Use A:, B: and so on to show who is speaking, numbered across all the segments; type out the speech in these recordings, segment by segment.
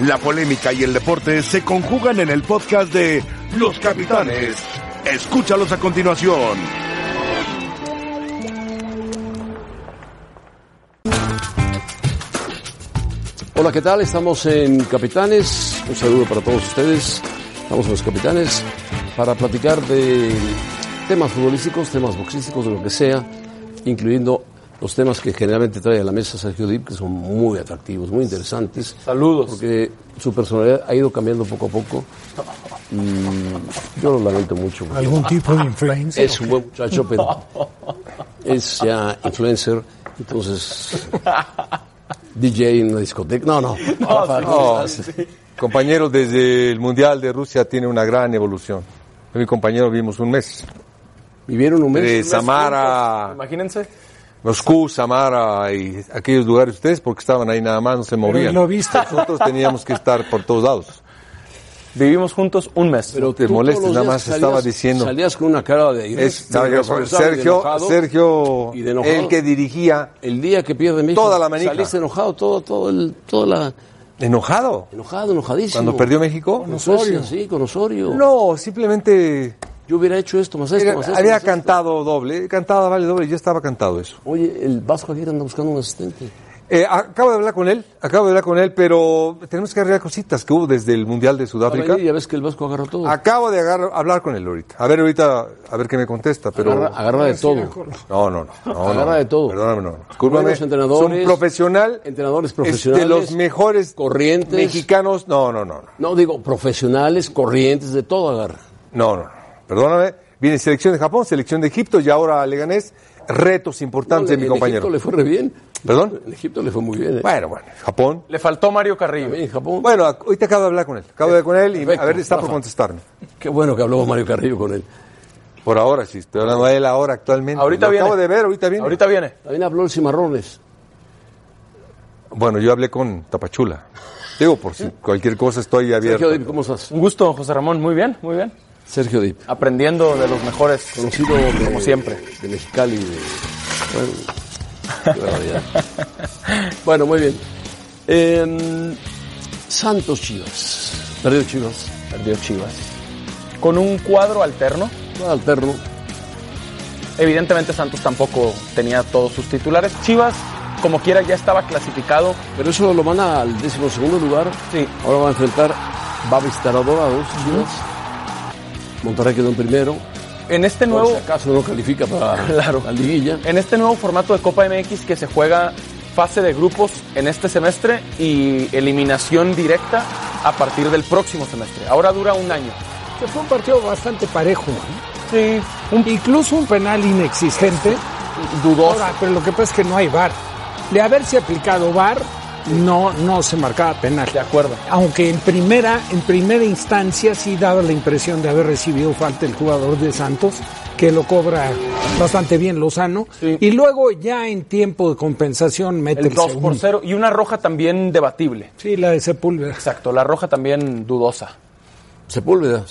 A: La polémica y el deporte se conjugan en el podcast de Los Capitanes. Escúchalos a continuación.
B: Hola, ¿qué tal? Estamos en Capitanes. Un saludo para todos ustedes. Estamos en los Capitanes para platicar de temas futbolísticos, temas boxísticos, de lo que sea, incluyendo los temas que generalmente trae a la mesa Sergio Dip, que son muy atractivos, muy interesantes.
C: Saludos.
B: Porque su personalidad ha ido cambiando poco a poco. Y yo lo lamento mucho. porque
D: algún
C: Ah,
D: tipo de influencia.
B: Es un buen muchacho, pero es ya influencer, entonces DJ en la discoteca. No, no. Rafa,
C: No,
B: sí,
E: Compañeros, desde el Mundial de Rusia tiene una gran evolución. Con mi compañero vimos un mes.
B: Vivieron un mes.
E: De Samara,
C: Imagínense.
E: Moscú, Samara y aquellos lugares ustedes porque estaban ahí nada más, no se movían.
D: lo viste.
E: Nosotros teníamos que estar por todos lados.
C: Vivimos juntos un mes.
B: Pero
E: te
B: tú todos
E: molestes,
B: los
E: nada
B: días
E: más
B: salías-
E: estaba diciendo.
B: Salías con una cara de. irres-
E: Es,
B: de irresponsable, de
E: Sergio,
B: enojado.
E: Sergio,
B: y de enojado.
E: el que dirigía,
B: El día que pierde México.
E: Toda la manija.
B: Saliste enojado, todo, todo, el, toda la.
E: enojado,
B: Enojado, enojadísimo.
E: cuando perdió México.
B: Con Osorio. Sí, con Osorio.
E: No, simplemente
B: Yo hubiera hecho esto, más esto,
E: era-
B: más esto.
E: había
B: más esto.
E: cantado doble, cantaba vale doble, ya estaba cantado eso.
B: Oye, el Vasco Aguirre anda buscando un asistente.
E: Eh, acabo de hablar con él, acabo de hablar con él, pero tenemos que arreglar cositas que hubo desde el Mundial de
B: Va a
E: Sudáfrica.
B: venir, Ya ves que el Vasco agarró todo.
E: Acabo de agar- hablar con él ahorita. A ver ahorita, a ver qué me contesta, pero...
B: agarra, agarra de todo.
E: No, no, no. no,
B: Agarra
E: no.
B: de todo.
E: Perdóname, no. no. Discúlpame.
B: Buenos entrenadores,
E: Es un profesional.
B: entrenadores
E: es
B: profesionales,
E: De los mejores
B: corrientes.
E: mexicanos. No, no, no. no.
B: No, digo, profesionales, corrientes, de todo agarra.
E: No, no, no. Perdóname. Viene selección de Japón, selección de Egipto y ahora Leganés. Retos importantes
B: No,
E: de mi
B: en
E: compañero.
B: Egipto le fue re bien.
E: ¿Perdón?
B: En Egipto le fue muy bien. ¿eh?
E: Bueno, bueno. Japón.
C: Le faltó Mario Carrillo.
B: También en Japón.
E: Bueno, ac- ahorita acabo de hablar con él. Acabo de hablar con él y
B: Perfecto,
E: a ver, está por
B: Rafa.
E: contestarme.
B: Qué bueno que habló Mario Carrillo con él.
E: Por ahora sí, estoy hablando de él ahora actualmente.
C: Ahorita
E: Lo
C: viene.
E: acabo de ver, ahorita viene.
C: Ahorita viene.
B: También habló el Cimarrones.
E: Bueno, yo hablé con Tapachula. Digo, por si cualquier cosa estoy abierto.
B: Sergio Dip, ¿cómo estás?
C: Un gusto, José Ramón. Muy bien, muy bien.
B: Sergio Dip.
C: Aprendiendo de los mejores.
B: Conocido de-
C: Como siempre.
B: De Mexicali. de- Bueno, qué barbaridad. Bueno, muy bien. Eh, Santos Chivas. Perdió Chivas.
C: Perdió Chivas. Con un cuadro alterno.
B: Fue Alterno.
C: Evidentemente Santos tampoco tenía todos sus titulares. Chivas, como quiera, ya estaba clasificado.
B: Pero eso lo van al decimosegundo lugar.
C: Sí.
B: Ahora va a enfrentar, va a visitar a Dorados, Chivas. Monterrey quedó en primero.
C: En este
B: Por si
C: nuevo,
B: acaso no califica para
C: Claro.
B: la liguilla.
C: en este nuevo formato de Copa MX que se juega fase de grupos en este semestre y eliminación directa a partir del próximo semestre. Ahora dura un año.
D: Que fue un partido bastante parejo. ¿eh?
C: Sí, un
D: Incluso un penal inexistente.
C: dudoso.
D: Ahora, pero lo que pasa es que no hay VAR. De haberse aplicado VAR, no, no se marcaba penal.
C: De acuerdo.
D: Aunque en primera, en primera instancia sí daba la impresión de haber recibido falta el jugador de Santos, que lo cobra bastante bien Lozano.
C: Sí.
D: Y luego ya en tiempo de compensación mete el,
C: el 2 por
D: segundo.
C: 0 y una roja también debatible.
D: Sí, la de Sepúlveda.
C: Exacto, la roja también dudosa.
B: Sepúlveda.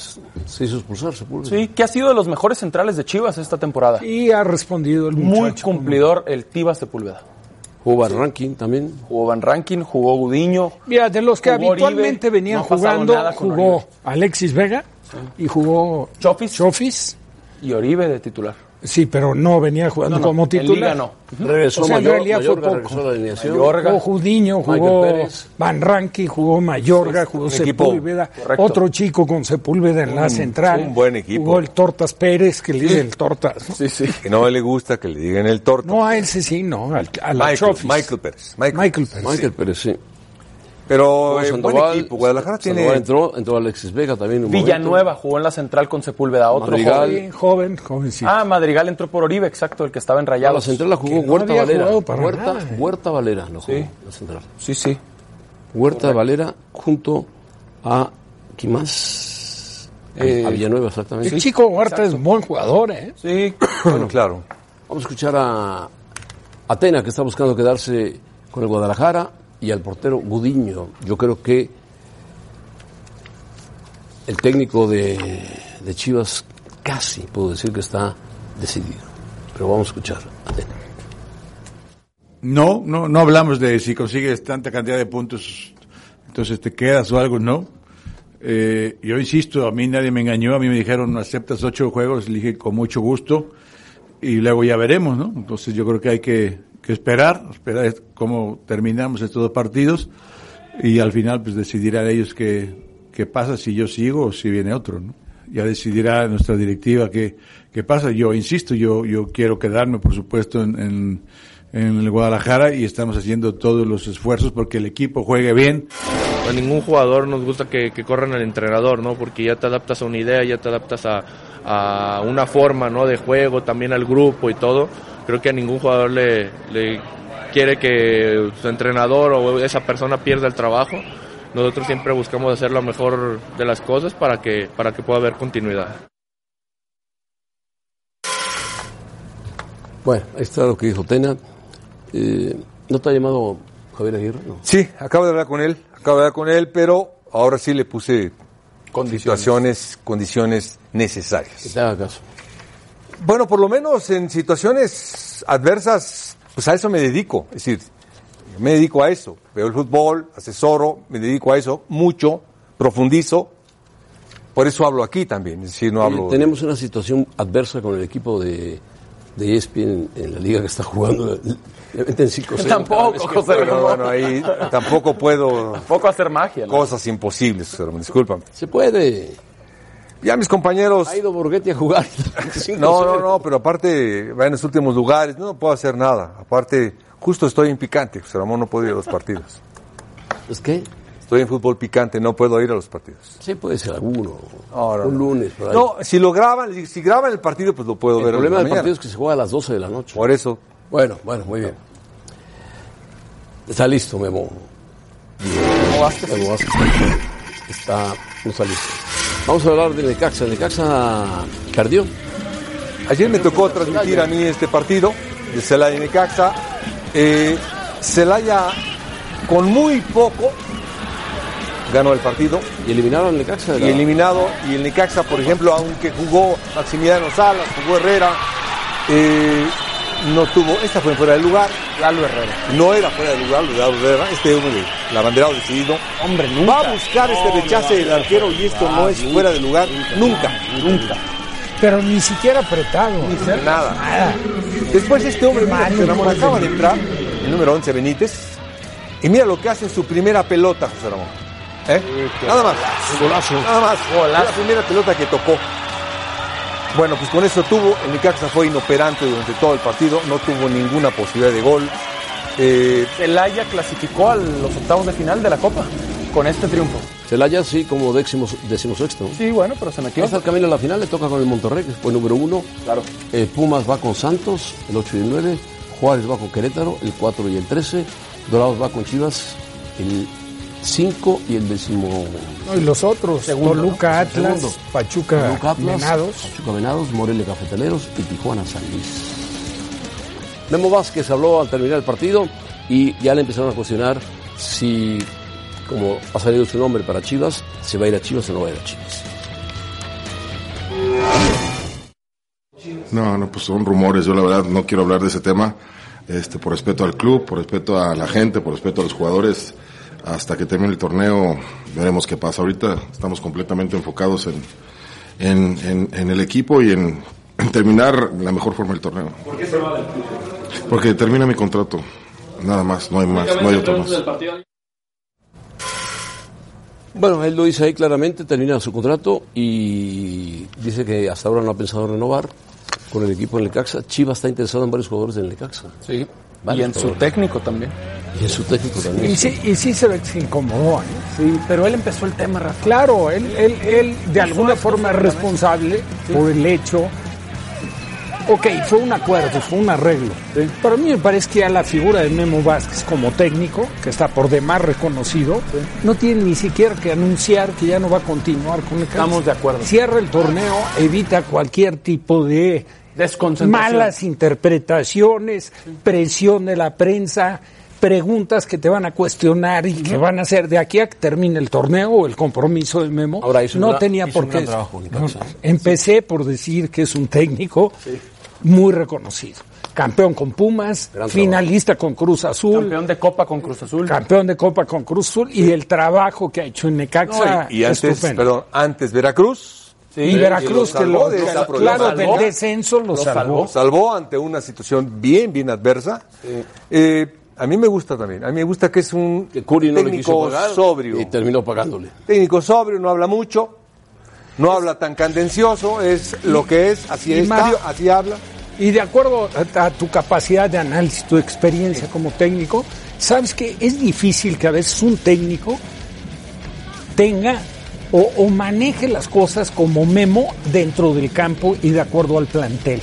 B: Se hizo expulsar Sepúlveda.
C: Sí, que ha sido de los mejores centrales de Chivas esta temporada.
D: Y ha respondido el
C: Muy
D: muchacho.
C: cumplidor el Tiva Sepúlveda.
B: Jugó al ranking también.
C: Jugó Van Rankin, jugó Gudiño.
D: Mira, de los que
C: Jugó Oribe,
D: habitualmente venían
C: no ha pasado
D: jugando,
C: nada con
D: jugó
C: Oribe.
D: Alexis Vega y jugó
C: Chofis.
D: Chofis.
C: y Oribe de titular.
D: Sí, pero no venía jugando
C: No, no,
D: como
C: en
D: titular.
C: Liga no.
B: Regresó
D: O sea, en
B: Mayor-
D: realidad fue
B: Mayorga,
D: poco.
B: regresó a la alineación.
C: Mayorga.
D: Jugó Judiño,
B: Michael
D: jugó
B: Pérez.
D: Van Ranqui, jugó Mayorga, jugó
E: equipo.
D: Sepúlveda,
C: Correcto.
D: otro chico con Sepúlveda en la central.
E: un buen equipo.
D: Jugó el Tortas Pérez, que le dice el Tortas. ¿no?
C: Sí, sí.
E: Que no le gusta que le digan el torto.
D: No, a ese sí, no, al, a la
E: Michael,
D: Chofis.
E: Michael Pérez. Michael.
D: Michael Pérez.
B: Michael Pérez, sí.
E: Pero eh,
B: Oh, Sandoval,
E: buen equipo. Guadalajara tiene.
B: Sandoval entró, entró Alexis Vega también. un
C: Villanueva jugó en la central con Sepúlveda, otro
B: Madrigal.
C: joven.
D: Sí, joven, jovencito.
C: Ah, Madrigal entró por Oribe, exacto, el que estaba en
B: momento. A la
C: Rayados.
B: central la jugó
D: Que no
B: Huerta
D: había
B: Valera.
D: jugado para
B: Huerta,
D: nada, eh.
B: Huerta Valera lo jugó,
C: Sí.
B: la central.
C: Sí, sí.
B: Huerta Valera junto a. ¿Quién más?
C: Eh,
B: a Villanueva, exactamente.
D: el chico Huerta es buen jugador, ¿eh?
C: Sí.
E: Bueno, claro.
B: Vamos a escuchar a Atena, que está buscando quedarse con el Guadalajara, y al portero Gudiño. Yo creo que el técnico de, de Chivas casi puedo decir que está decidido. Pero vamos a escuchar a Atena.
F: No, no, no hablamos de si consigues tanta cantidad de puntos entonces te quedas o algo, ¿no? Eh, yo insisto, a mí nadie me engañó, a mí me dijeron, ¿aceptas ocho juegos? Le dije, con mucho gusto, y luego ya veremos, ¿no? Entonces yo creo que hay que, que esperar, esperar es- cómo terminamos estos dos partidos, y al final pues decidirán ellos qué, qué pasa, si yo sigo o si viene otro, ¿no? Ya decidirá nuestra directiva qué, qué pasa. Yo insisto, yo, yo quiero quedarme, por supuesto, en, en, en el Guadalajara y estamos haciendo todos los esfuerzos porque el equipo juegue bien,
G: A ningún jugador nos gusta que, que corran al entrenador, ¿no? Porque ya te adaptas a una idea, ya te adaptas a, a una forma, ¿no? De juego, también al grupo y todo. Creo que a ningún jugador le, le quiere que su entrenador o esa persona pierda el trabajo. Nosotros siempre buscamos hacer lo mejor de las cosas para que, para que pueda haber continuidad.
B: Bueno, ahí está lo que dijo Tena. Eh, ¿No te ha llamado Javier Aguirre? No.
E: Sí, acabo de hablar con él, acabo de hablar con él, pero ahora sí le puse situaciones, condiciones necesarias.
B: Que te haga caso.
E: Bueno, por lo menos en situaciones adversas, pues a eso me dedico. Es decir, me dedico a eso. Veo el fútbol, asesoro, me dedico a eso mucho, profundizo. Por eso hablo aquí también. Es decir, no
B: Oye,
E: hablo.
B: Eh, Tenemos una situación adversa con el equipo de, de E ESPN en, en la liga que está jugando. Le meten 5
C: Tampoco, José
E: Pero
C: Ramón.
E: bueno, ahí tampoco puedo.
C: Poco hacer magia. ¿no?
E: Cosas imposibles, José Ramón, discúlpame.
B: Se puede.
E: Ya mis compañeros.
B: Ha ido Borghetti a jugar.
E: No, no, no, pero aparte, va en los últimos lugares, no puedo hacer nada. Aparte, justo estoy en picante, José Ramón no puedo ir a los partidos.
B: ¿Es que
E: Estoy en fútbol picante, no puedo ir a los partidos.
B: Sí, puede ser alguno.
E: No, no,
B: un
E: no.
B: lunes. por ahí.
E: No, si lo graban, si graban el partido, pues lo puedo
B: el
E: ver. en
B: problema
E: la
B: del partido es
E: mañana.
B: que se juega a las 12 de la noche.
E: Por eso,
B: Bueno, bueno, muy bien. Está listo, Memo. Memo Vázquez. Está, no está listo. Vamos a hablar de Necaxa. Necaxa perdió.
E: ayer me tocó transmitir a mí este partido de Celaya y Necaxa. Eh, Celaya, con muy poco, ganó el partido.
B: Y eliminaron al Necaxa de
E: Y
B: la...
E: eliminado, y el Necaxa, por ejemplo, aunque jugó Maximiliano Salas, jugó Herrera, eh, no tuvo, esta fue fuera de lugar,
C: Lalo Herrera.
E: no era fuera de lugar, Lalo Herrera, este es un abanderado decidido.
C: Hombre,
E: Va a buscar este rechace del arquero y esto no es fuera de lugar nunca, nunca,
D: Pero ni siquiera apretado.
E: nada.
D: Nada.
E: Después este hombre, mira,
D: Mario
E: José Ramón,
D: Juárez
E: acaba de
D: Benítez.
E: entrar, el número 11 Benítez, y mira lo que hace en su primera pelota, José Ramón. ¿Eh? Nada más. Golazo. Nada más.
C: Golazo.
E: La primera pelota que tocó. Bueno, pues con eso tuvo, el Necaxa fue inoperante durante todo el partido, no tuvo ninguna posibilidad de gol. Eh,
C: Celaya clasificó a los octavos de final de la Copa con este triunfo.
B: Celaya sí como décimo, decimosexto.
C: Sí, bueno, pero se metió.
B: Está el camino a la final, le toca con el Monterrey, que fue número uno.
C: Claro.
B: Eh, Pumas va con Santos, el 8 y el 9. Juárez va con Querétaro, el 4 y el 13. Dorados va con Chivas, el 5 y el décimo.
D: No, y los otros,
B: Segundo, ¿no?
D: Toluca Atlas,
B: Segundo.
D: Pachuca,
B: Toluca Atlas,
D: Venados.
B: Pachuca Venados, Morelia Cafetaleros y Tijuana San Luis. Memo Vázquez habló al terminar el partido y ya le empezaron a cuestionar si, como ha salido su nombre para Chivas, se va a ir a Chivas o no va a ir a Chivas.
H: No, no, pues son rumores. Yo la verdad no quiero hablar de ese tema. Este, por respeto al club, por respeto a la gente, por respeto a los jugadores. Hasta que termine el torneo veremos qué pasa. Ahorita estamos completamente enfocados en, en, en- en el equipo y en, en terminar la mejor forma el torneo. ¿Por qué se va del club? Porque termina mi contrato. Nada más, no hay más, no hay otro más.
B: Bueno, él lo dice ahí claramente, termina su contrato y dice que hasta ahora no ha pensado renovar con el equipo en Lecaxa. Chivas está interesado en varios jugadores del Lecaxa.
C: Sí.
B: Vale,
C: y en su
B: pero-
C: técnico también.
B: Y en su técnico
D: Y
B: también.
D: sí, y sí se ve que se incomodó. ¿eh?
C: Sí, pero él empezó el tema, Rafa.
D: Claro, él, él, él de alguna forma es responsable por el hecho. Ok, fue un acuerdo, fue un arreglo. Para mí me parece que ya la figura de Memo Vázquez como técnico, que está por demás reconocido, no tiene ni siquiera que anunciar que ya no va a continuar con el
C: Estamos de acuerdo.
D: Cierra el torneo, evita cualquier tipo de
C: Desconcentración.
D: malas interpretaciones, presión de la prensa, preguntas que te van a cuestionar y que van a hacer de aquí a que termine el torneo o el compromiso del Memo.
B: Ahora, hizo un
D: no
B: gran-
D: tenía
B: hizo
D: por
B: un gran
D: qué.
B: trabajo,
D: No,
B: Nicolás.
D: Empecé por decir que es un técnico muy reconocido. campeón con Pumas,
B: Gran
D: finalista con Cruz Azul, campeón.
C: Campeón de Copa con Cruz Azul.
D: de Copa con Cruz Azul y el trabajo que ha hecho en Necaxa.
E: No, y, y antes,
D: estupendo.
E: perdón, antes Veracruz. sí,
D: y Veracruz que lo,
E: de esa
D: claro,
E: problemática.
D: del descenso lo, salvó.
E: Lo salvó ante una situación bien, bien adversa. Eh, a mí me gusta también. A mí me gusta que es un
B: Que Curi no le quiso
E: técnico
B: pagar
E: sobrio.
B: y terminó pagándole.
E: Técnico sobrio, no habla mucho, no habla tan candencioso, es lo que es, así
D: y
E: es,
D: Mario-
E: así habla.
D: Y de acuerdo a, a tu capacidad de análisis, tu experiencia como técnico, sabes que es difícil que a veces un técnico tenga o, o maneje las cosas como memo dentro del campo y de acuerdo al plantel.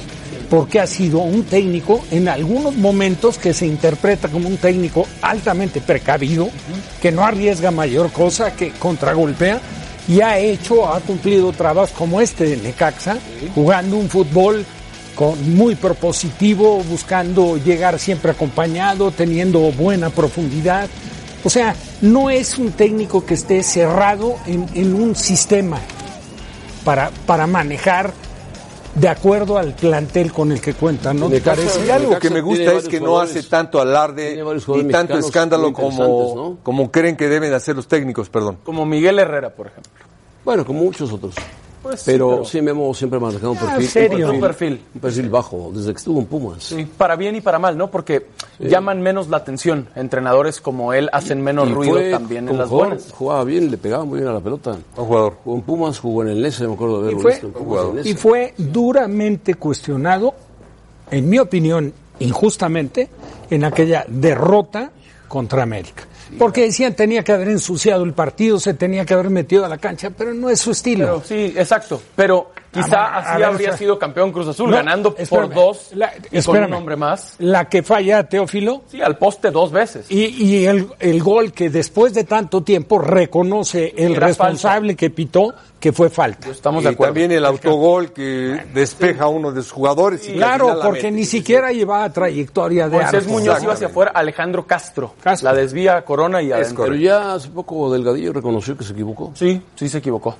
D: Porque ha sido un técnico en algunos momentos que se interpreta como un técnico altamente precavido, que no arriesga mayor cosa, que contragolpea. Y ha hecho, ha cumplido trabajos como este de Necaxa, jugando un fútbol con muy propositivo, buscando llegar siempre acompañado, teniendo buena profundidad. O sea, no es un técnico que esté cerrado en, en un sistema para, para manejar de acuerdo al plantel con el que cuenta, ¿no?
B: De
D: ¿Te parece?
E: Y algo que
B: Necaxa
E: me gusta
B: tiene
E: es que
B: varios
E: no
B: jugadores.
E: hace tanto alarde
B: Tiene varios
E: y
B: jugadores
E: tanto
B: mexicanos
E: escándalo
B: muy
E: como,
B: interesantes, ¿no?
E: como creen que deben hacer los técnicos, perdón.
C: Como Miguel Herrera, por ejemplo.
B: Bueno, como muchos otros.
C: Pues sí,
B: pero,
C: pero-
B: sí, Memo siempre ha manejado un
D: Ah,
B: perfil.
D: serio.
B: Un
C: Un
B: perfil,
C: perfil.
B: un perfil bajo, desde que estuvo en Pumas.
C: Sí, para bien y para mal, ¿no? Porque llaman menos la atención. Entrenadores como él hacen menos
B: Y
C: ruido
B: fue
C: también en
B: como
C: las
B: jugador,
C: buenas.
B: Jugaba bien, le pegaba muy bien a la pelota.
E: Un jugador.
B: Jugó en Pumas, jugó en el Nesa, me acuerdo de
D: Y
B: haberlo
D: fue,
B: visto en Pumas, en el
D: y
B: Nesa.
D: fue duramente cuestionado, en mi opinión, injustamente, en aquella derrota contra América. Porque decían tenía que haber ensuciado el partido, se tenía que haber metido a la cancha, pero no es su estilo.
C: Pero sí, exacto. Pero quizá
D: A ver,
C: así
D: a ver,
C: habría
D: o sea,
C: sido campeón Cruz Azul,
D: No,
C: ganando
D: espérame.
C: por dos
D: La-
C: y con un
D: espérame.
C: hombre más.
D: La que falla a Teófilo
C: Sí, al poste dos veces.
D: y, y el, el gol que después de tanto tiempo reconoce el
C: Era
D: responsable que pitó que fue falta.
C: Estamos
E: y
C: de acuerdo.
E: también el autogol que despeja a uno de sus jugadores. y que al
D: Claro,
E: final la
D: porque
E: mete.
D: ni siquiera llevaba trayectoria de
C: Moisés
D: arco.
C: Muñoz iba hacia afuera, Alejandro Castro,
D: Castro.
C: la desvía a Corona y adentro.
B: Pero ya hace poco Delgadillo reconoció que se equivocó.
C: Sí, sí se equivocó.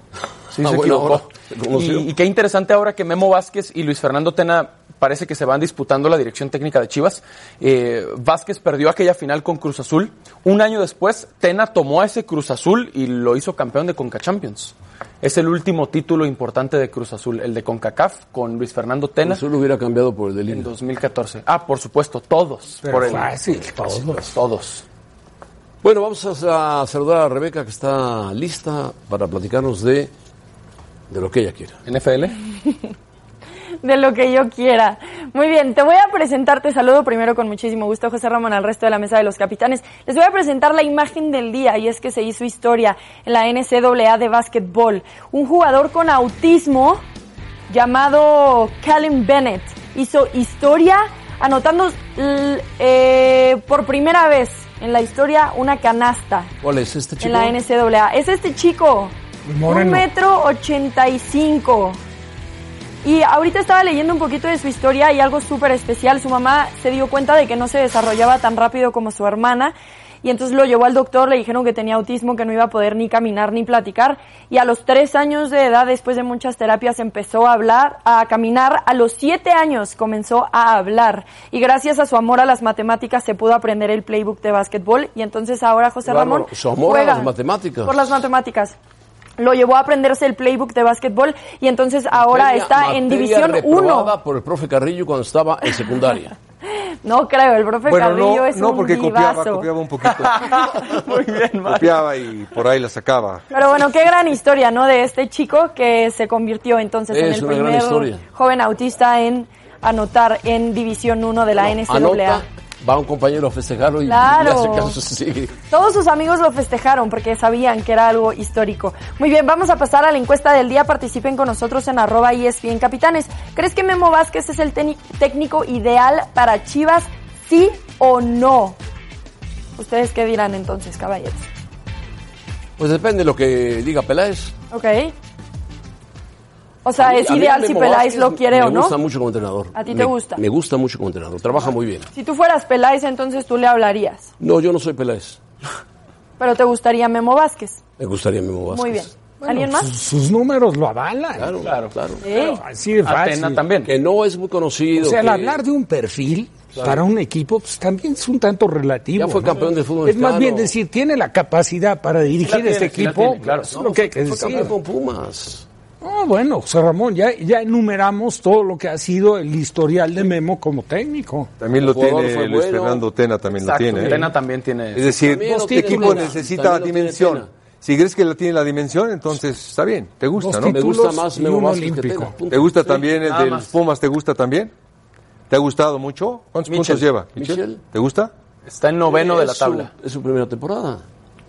C: Sí
B: Ah,
C: se
B: bueno, ahora
C: equivocó.
B: se conoció.
C: Y, y qué interesante ahora que Memo Vázquez y Luis Fernando Tena parece que se van disputando la dirección técnica de Chivas. Eh, Vázquez perdió aquella final con Cruz Azul. Un año después, Tena tomó a ese Cruz Azul y lo hizo campeón de Conca Champions. Es el último título importante de Cruz Azul, el de CONCACAF con Luis Fernando Tena
B: Eso lo hubiera cambiado por el delito.
C: en 2014. Ah, por supuesto, todos.
D: Pero
C: por el-
D: fácil, todos.
C: Todos.
B: Bueno, vamos a, a saludar a Rebeca que está lista para platicarnos de, de lo que ella quiera.
C: NFL.
I: de lo que yo quiera. Muy bien, te voy a presentar, te saludo primero con muchísimo gusto, José Ramón, al resto de la mesa de los capitanes. Les voy a presentar la imagen del día y es que se hizo historia en la NCAA de básquetbol. Un jugador con autismo llamado Callum Bennett hizo historia anotando l- eh, por primera vez en la historia una canasta
B: ¿Cuál es este chico?
I: en la NCAA. Es este chico.
D: Moreno.
I: Un metro ochenta y cinco. Y ahorita estaba leyendo un poquito de su historia y algo súper especial. Su mamá se dio cuenta de que no se desarrollaba tan rápido como su hermana. Y entonces lo llevó al doctor, le dijeron que tenía autismo, que no iba a poder ni caminar ni platicar. Y a los tres años de edad, después de muchas terapias, empezó a hablar, a caminar. A los siete años comenzó a hablar. Y gracias a su amor a las matemáticas se pudo aprender el playbook de básquetbol. Y entonces ahora José
B: Qué bárbaro.
I: Ramón.
B: Su amor a
I: juega
B: las matemáticas.
I: Por las matemáticas lo llevó a aprenderse el playbook de básquetbol y entonces ahora
B: Materia-
I: está en
B: materia
I: División 1.
B: reprobada por el profe Carrillo cuando estaba en secundaria.
I: No creo, el profe
E: Bueno,
I: Carrillo
E: no,
I: es
E: no
I: un
E: porque copiaba,
I: divazo.
E: copiaba un poquito.
C: Muy bien, Mario.
E: copiaba y por ahí la sacaba.
I: Pero bueno, qué gran historia, ¿no? De este chico que se convirtió entonces en
B: Es
I: el
B: una gran historia.
I: primer joven autista en anotar en División 1 de la NCAA.
B: Anota, va un compañero a festejarlo y
I: Claro.
B: le hace caso. Sí.
I: Todos sus amigos lo festejaron porque sabían que era algo histórico. Muy bien, vamos a pasar a la encuesta del día. Participen con nosotros en arroba E ESPN Capitanes. ¿Crees que Memo Vázquez es el teni- técnico ideal para Chivas? ¿Sí o no? ¿Ustedes qué dirán entonces, caballeros?
B: Pues depende de lo que diga Peláez.
I: ¿Ok? O sea,
B: A mí-
I: Ah, es
B: a mí
I: ideal si
B: Memo
I: Peláez
B: Vázquez
I: lo quiere o
B: Me
I: no.
B: gusta mucho como entrenador.
I: ¿A ti
B: Me-
I: te gusta?
B: Me gusta mucho como entrenador. Trabaja muy bien.
I: Si tú fueras Peláez, entonces tú le hablarías.
B: No, yo no soy Peláez.
I: Pero te gustaría Memo Vázquez.
B: Me gustaría Memo Vázquez. pues,
I: Muy bien. ¿Alguien
D: Bueno,
I: más?
D: Sus, sus números lo avalan.
B: Claro, claro, claro.
I: Sí.
D: Así de fácil.
C: Atena también.
B: Que no es muy conocido.
D: O sea, al
B: que
D: hablar de un perfil para un equipo, pues también es un tanto
B: Ya
D: relativo.
B: fue
D: ¿no?
B: campeón del fútbol
D: Es más
B: mexicano.
D: bien decir, tiene la capacidad para dirigir
C: tiene,
D: este
C: sí la
D: equipo.
C: tiene, claro.
D: Es lo que hay que
B: fue
D: decir.
B: campeón con Pumas.
D: Ah, bueno, José Ramón, ya, ya enumeramos todo lo que ha sido el historial de Memo como técnico.
E: También lo
B: El jugador
E: tiene
B: fue
E: Luis
B: bueno.
E: Fernando Tena, también
C: Exacto,
E: lo tiene. ¿eh?
C: Tena también tiene.
E: Es decir,
B: También lo
E: este
B: tiene
E: equipo
B: Tena,
E: necesita
B: también lo tiene
E: dimensión.
B: Tena.
E: Si crees que la tiene la dimensión, entonces está bien, te gusta,
D: Dos
E: ¿no?
B: Me
D: Tú
B: gusta
D: los-
B: más
D: y
B: Memo
D: un
B: Vázquez que
D: olímpico.
B: Tena. punto.
E: ¿Te gusta también el
C: nada
E: de
C: más.
E: los Pumas? ¿Te gusta también? ¿Te ha gustado mucho? ¿Cuántos
B: Michel.
E: puntos lleva?
B: Michel.
E: ¿Te gusta?
C: Está en noveno de la
B: Es su-
C: tabla.
B: Es su primera temporada.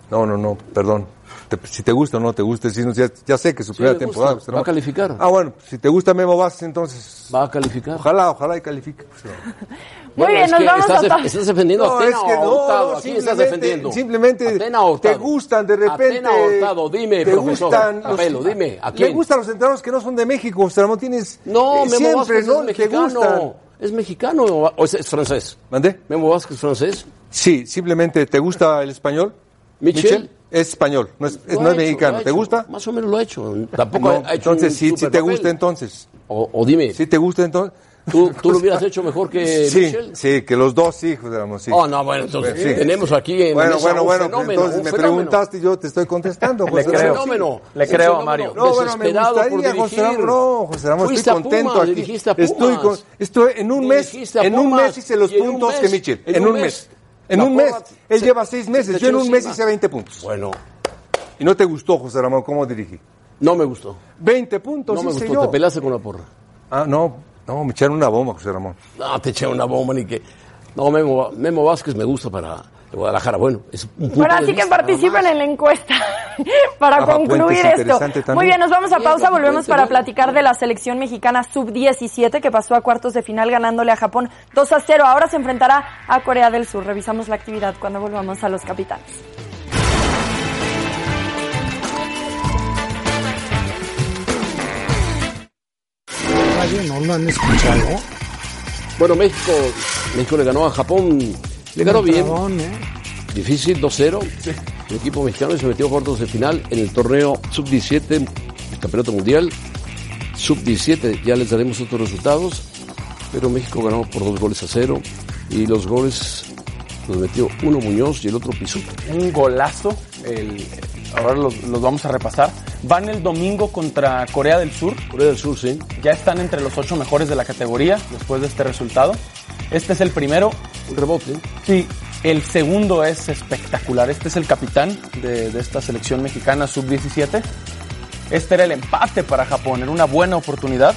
E: No, no, no, perdón. Te- si te gusta o no te gusta, si no, ya, ya sé que es su primera
B: me gusta.
E: temporada. pues,
B: Va
E: no.
B: a calificar.
E: Ah, bueno, si te gusta Memo Vázquez, entonces
B: Va a calificar.
E: ojalá, ojalá y califique. pues, no.
I: Muy bien,
B: es
I: nos
B: que
I: vamos
B: estás,
I: a
B: def-
I: pa-
B: estás defendiendo a
E: No,
B: Atena
E: es
B: o
E: que
B: a
E: no,
B: Hurtado.
E: no,
B: ¿A quién estás
E: simplemente-
B: defendiendo?
E: simplemente
B: Atena o Hurtado.
E: te gustan de repente-
B: Atena o Hurtado, dime,
E: te
B: profesor.
E: gustan los-
B: Apelo, dime, ¿a
E: Le
B: quién?
E: gustan los entrenadores que no son de México, o sea, no tienes...
B: No,
E: eh,
B: Memo Vázquez es
E: Te
B: mexicano.
E: gustan.
B: ¿Es mexicano o o es, es francés?
E: ¿Mandé?
B: Memo Vázquez francés.
E: Sí, simplemente, ¿te gusta el español?
B: Michel.
E: Es español, no es, es-
B: Lo
E: no
B: ha hecho,
E: es
B: lo
E: mexicano.
B: ha
E: ¿Te
B: hecho.
E: gusta?
B: Más o menos lo ha hecho. Tampoco
E: No,
B: ha hecho un
E: entonces, sí, sí te
B: superpapel.
E: gusta entonces.
B: O, o dime,
E: Si te gusta entonces...
B: ¿tú, tú lo hubieras hecho mejor que
E: sí,
B: Michel?
E: sí, que los dos hijos éramos, sí.
B: Oh, no, bueno, entonces
E: Sí.
B: tenemos aquí en
E: Bueno,
B: mesa
E: bueno,
B: un
E: bueno,
B: fenómeno,
E: entonces
B: un
E: me
B: fenómeno.
E: preguntaste y yo te estoy contestando, José.
B: Un
C: creo.
E: Ramón.
B: fenómeno.
C: Le
B: Un
C: creo a
B: fenómeno
C: Mario.
E: No, bueno, me
B: desesperado por
E: gustaría, José
B: dirigir.
E: Ramón, no, José Ramón,
B: Fuiste
E: estoy
B: a
E: contento
B: Pumas,
E: aquí.
B: dirigiste a
E: Estoy,
B: Pumas.
E: con- estoy en un mes,
B: Dirigiste a
E: en un
B: Pumas,
E: mes hice los
B: y en un
E: puntos
B: mes,
E: que Michel, en, un mes. En
B: La
E: un mes,
B: porra
E: él
B: se-
E: lleva seis meses,
B: se
E: yo en un mes
B: encima.
E: hice 20 puntos.
B: Bueno,
E: Y no te gustó, José Ramón, cómo dirigí.
B: no me gustó.
E: 20 puntos
B: No me
E: hice
B: gustó,
E: yo.
B: te pelaste con la porra.
E: Ah, no, no, me echaron una bomba, José Ramón.
B: No, te eché una bomba ni que. No, Memo, Memo Vázquez me gusta para Guadalajara. Bueno, es un punto
I: Bueno,
B: de
I: así que
B: vista,
I: participen
B: nada
I: en la encuesta para
E: Rafa
I: concluir
E: Puente es
I: esto.
E: interesante también.
I: Muy bien, nos vamos a
B: Bien,
I: pausa,
B: Rafa
I: volvemos
B: Puente,
I: para
B: bueno.
I: platicar de la selección mexicana sub-17 que pasó a cuartos de final ganándole a Japón 2 a 0. Ahora se enfrentará a Corea del Sur. Revisamos la actividad cuando volvamos a los capitanes.
D: Oye, ¿No lo han escuchado?
B: más. Bueno, México, México le ganó a Japón. Le ganó bien.
D: Perdón, ¿eh?
B: Difícil, 2-0. El equipo mexicano se metió a cuartos de final en el torneo sub-17, el campeonato mundial. Sub-17, ya les daremos otros resultados. Pero México ganó por dos goles a cero. Y los goles los metió uno Muñoz y el otro Pisuto.
C: un golazo. el- ahora los, los vamos a repasar. Van el domingo contra Corea del Sur.
B: Corea del Sur, sí.
C: Ya están entre los ocho mejores de la categoría después de este resultado. Este es el primero.
B: Un rebote.
C: Sí, el segundo es espectacular. Este es el capitán de, de esta selección mexicana sub-17. Este era el empate para Japón. Era una buena oportunidad.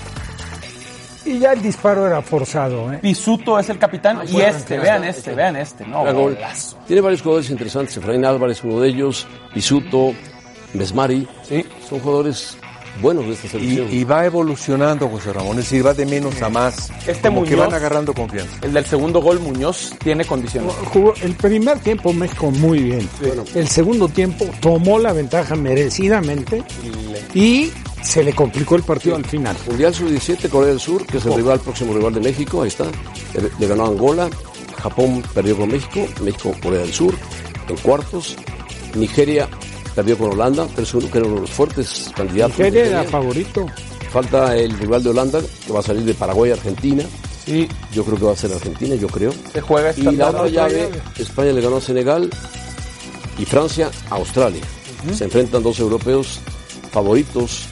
D: Y ya el disparo era forzado, ¿eh?
C: Pisuto es el capitán. y este, vean este, vean este. No,
E: Oh,
B: Era gol.
C: golazo.
B: Tiene varios jugadores interesantes. Efraín Álvarez, uno de ellos. Pisuto, Mesmari.
C: Sí.
B: Son jugadores buenos de esta
E: Y,
B: selección.
E: y va evolucionando, José Ramón, es decir, va de menos a más.
C: Este
E: como que
C: Muñoz-
E: van agarrando confianza.
C: El del segundo gol, Muñoz, tiene condiciones.
D: Jugó el primer tiempo México muy bien. El segundo tiempo tomó la ventaja merecidamente y se le complicó el partido al final.
B: Mundial Sub-17, Corea del Sur, que es el rival, próximo rival de México, ahí está. Le, le ganó a Angola, Japón perdió con México, México, Corea del Sur, en cuartos. Nigeria perdió con Holanda, 3-1, que era uno de los fuertes candidatos.
D: Nigeria era
B: Nigeria.
D: favorito.
B: Falta el rival de Holanda, que va a salir de Paraguay, Argentina.
C: Sí,
B: Yo creo que va a ser Argentina, yo creo.
C: se juega
B: Y
C: esta
B: la
C: tarde.
B: otra llave, España le ganó a Senegal y Francia a Australia. Se enfrentan dos europeos favoritos,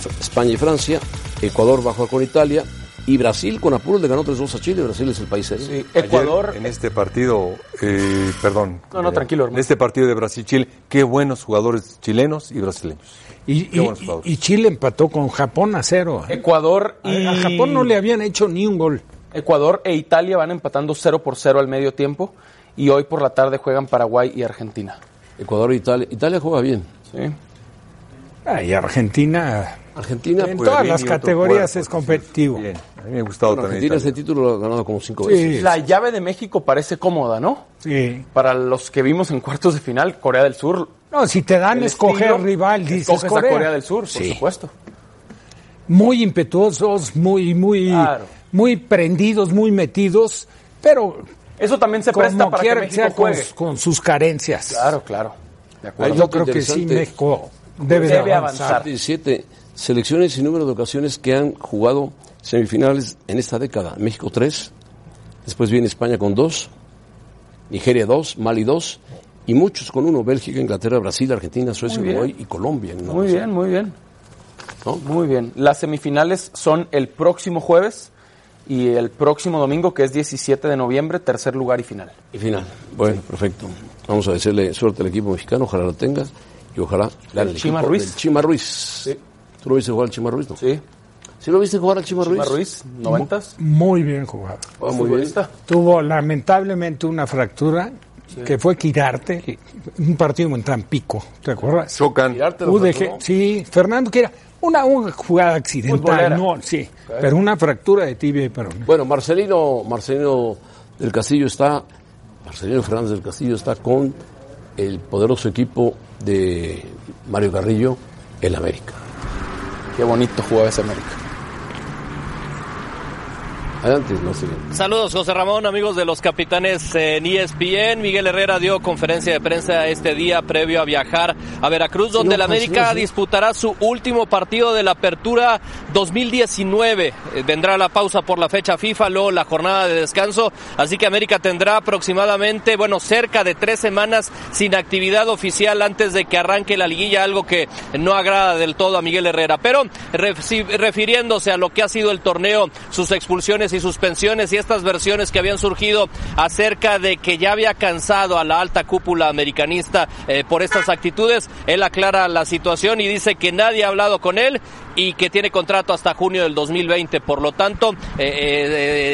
B: F- España y Francia. Ecuador bajó con Italia y Brasil con apuros le ganó 3-2 a Chile. Brasil es el país serio.
C: Sí,
E: Ayer,
C: Ecuador,
E: en este partido, eh, perdón.
C: No, no, tranquilo, hermano.
E: En este partido de Brasil-Chile, qué buenos jugadores chilenos y brasileños.
D: Y,
E: Qué
D: y-
E: buenos jugadores.
D: y Chile empató con Japón a cero. ¿eh?
C: Ecuador y
D: A, a Japón no le habían hecho ni un gol.
C: Ecuador e Italia van empatando 0 por 0 al medio tiempo y hoy por la tarde juegan Paraguay y Argentina.
B: Ecuador e Italia. Italia juega bien.
C: Sí.
D: Ah, y Argentina.
B: Argentina,
D: En
B: pues,
D: todas
E: Puerini,
D: las
E: otro
D: categorías
E: cuerpo,
D: es competitivo.
E: Bien, a mí me ha gustado también.
B: Argentina este
E: Italia.
B: título lo ha ganado como cinco veces.
D: Sí,
C: La llave de México parece cómoda, ¿no?
D: sí.
C: Para los que vimos en cuartos de final, Corea del Sur.
D: No, si te dan
C: el
D: escoger
C: estilo,
D: rival, dices
C: escoges a
D: Corea.
C: Corea del Sur, por supuesto.
D: Muy impetuosos, muy, muy,
C: Claro.
D: muy prendidos, muy metidos, pero
C: Eso también se presta
D: como
C: para que
D: quiera que
C: México
D: sea con,
C: juegue.
D: con sus carencias.
C: Claro, claro. De acuerdo.
B: Hay
D: Yo
B: otro
D: creo que sí,
B: interesante.
D: México Debe de avanzar.
B: 17 selecciones y número de ocasiones que han jugado semifinales en esta década. México 3, después viene España con 2, Nigeria 2, Mali 2 y muchos con 1, Bélgica, Inglaterra, Brasil, Argentina, Suecia,
C: Muy bien.
B: Uruguay y Colombia. ¿no?
C: Muy bien, muy bien. Muy bien. Las semifinales son el próximo jueves y el próximo domingo, que es 17 de noviembre, tercer lugar y final.
B: Y final. Bueno, perfecto. Vamos a decirle suerte al equipo mexicano, ojalá lo tenga y ojalá gane
C: El Chima
B: equipo
C: Ruiz.
B: del Chima Ruiz. ¿Tú lo viste jugar al Chima Ruiz? No?
C: Sí.
B: ¿Sí lo viste jugar al Chima Ruiz?
C: Ruiz, 90.
D: Muy bien jugado.
B: Ah, muy bien.
D: Tuvo lamentablemente una fractura que fue Quirarte, un partido en Tampico, ¿te acuerdas?
E: Chocan.
D: UDG, sí, Fernando que era una, una jugada
B: Futbolera.
D: accidental, no, sí, pero una fractura de tibia y peroné.
B: Bueno, Marcelino, Marcelino del Castillo está, Marcelino Fernández del Castillo está con el poderoso equipo de Mario Carrillo, el América.
C: Qué bonito jugaba ese América.
B: Adelante, Marcelino.
J: Saludos José Ramón, amigos de los capitanes en E ESPN. Miguel Herrera dio conferencia de prensa este día previo a viajar a Veracruz, donde
K: no,
J: el América
K: Jesús, ¿eh?
J: disputará su último partido de la apertura 2019. Eh, Vendrá la pausa por la fecha FIFA, luego la jornada de descanso, así que América tendrá aproximadamente, bueno, cerca de tres semanas sin actividad oficial antes de que arranque la liguilla, algo que no agrada del todo a Miguel Herrera. Pero refi- refiriéndose a lo que ha sido el torneo, sus expulsiones y suspensiones y estas versiones que habían surgido acerca de que ya había cansado a la alta cúpula americanista eh, por estas actitudes, él aclara la situación y dice que nadie ha hablado con él y que tiene contrato hasta junio del 2020. Por lo tanto, eh, eh,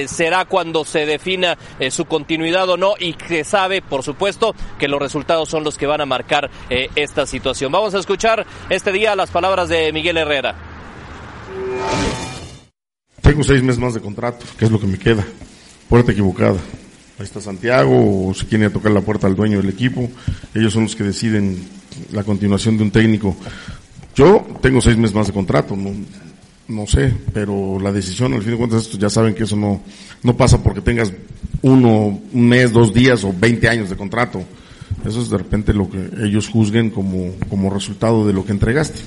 J: eh, será cuando se defina eh, su continuidad o no y que sabe, por supuesto, que los resultados son los que van a marcar eh, esta situación. Vamos a escuchar este día las palabras de Miguel Herrera.
H: Tengo seis meses más de contrato, que es lo que me queda. Puerta equivocada. Ahí está Santiago, o si quieren ir a tocar la puerta al dueño del equipo. Ellos son los que deciden la continuación de un técnico. Yo tengo seis meses más de contrato, no, no sé, pero la decisión, al fin de cuentas, esto ya saben que eso no, no pasa porque tengas uno, un mes, dos días o 20 años de contrato. Eso es de repente lo que ellos juzguen como, como resultado de lo que entregaste.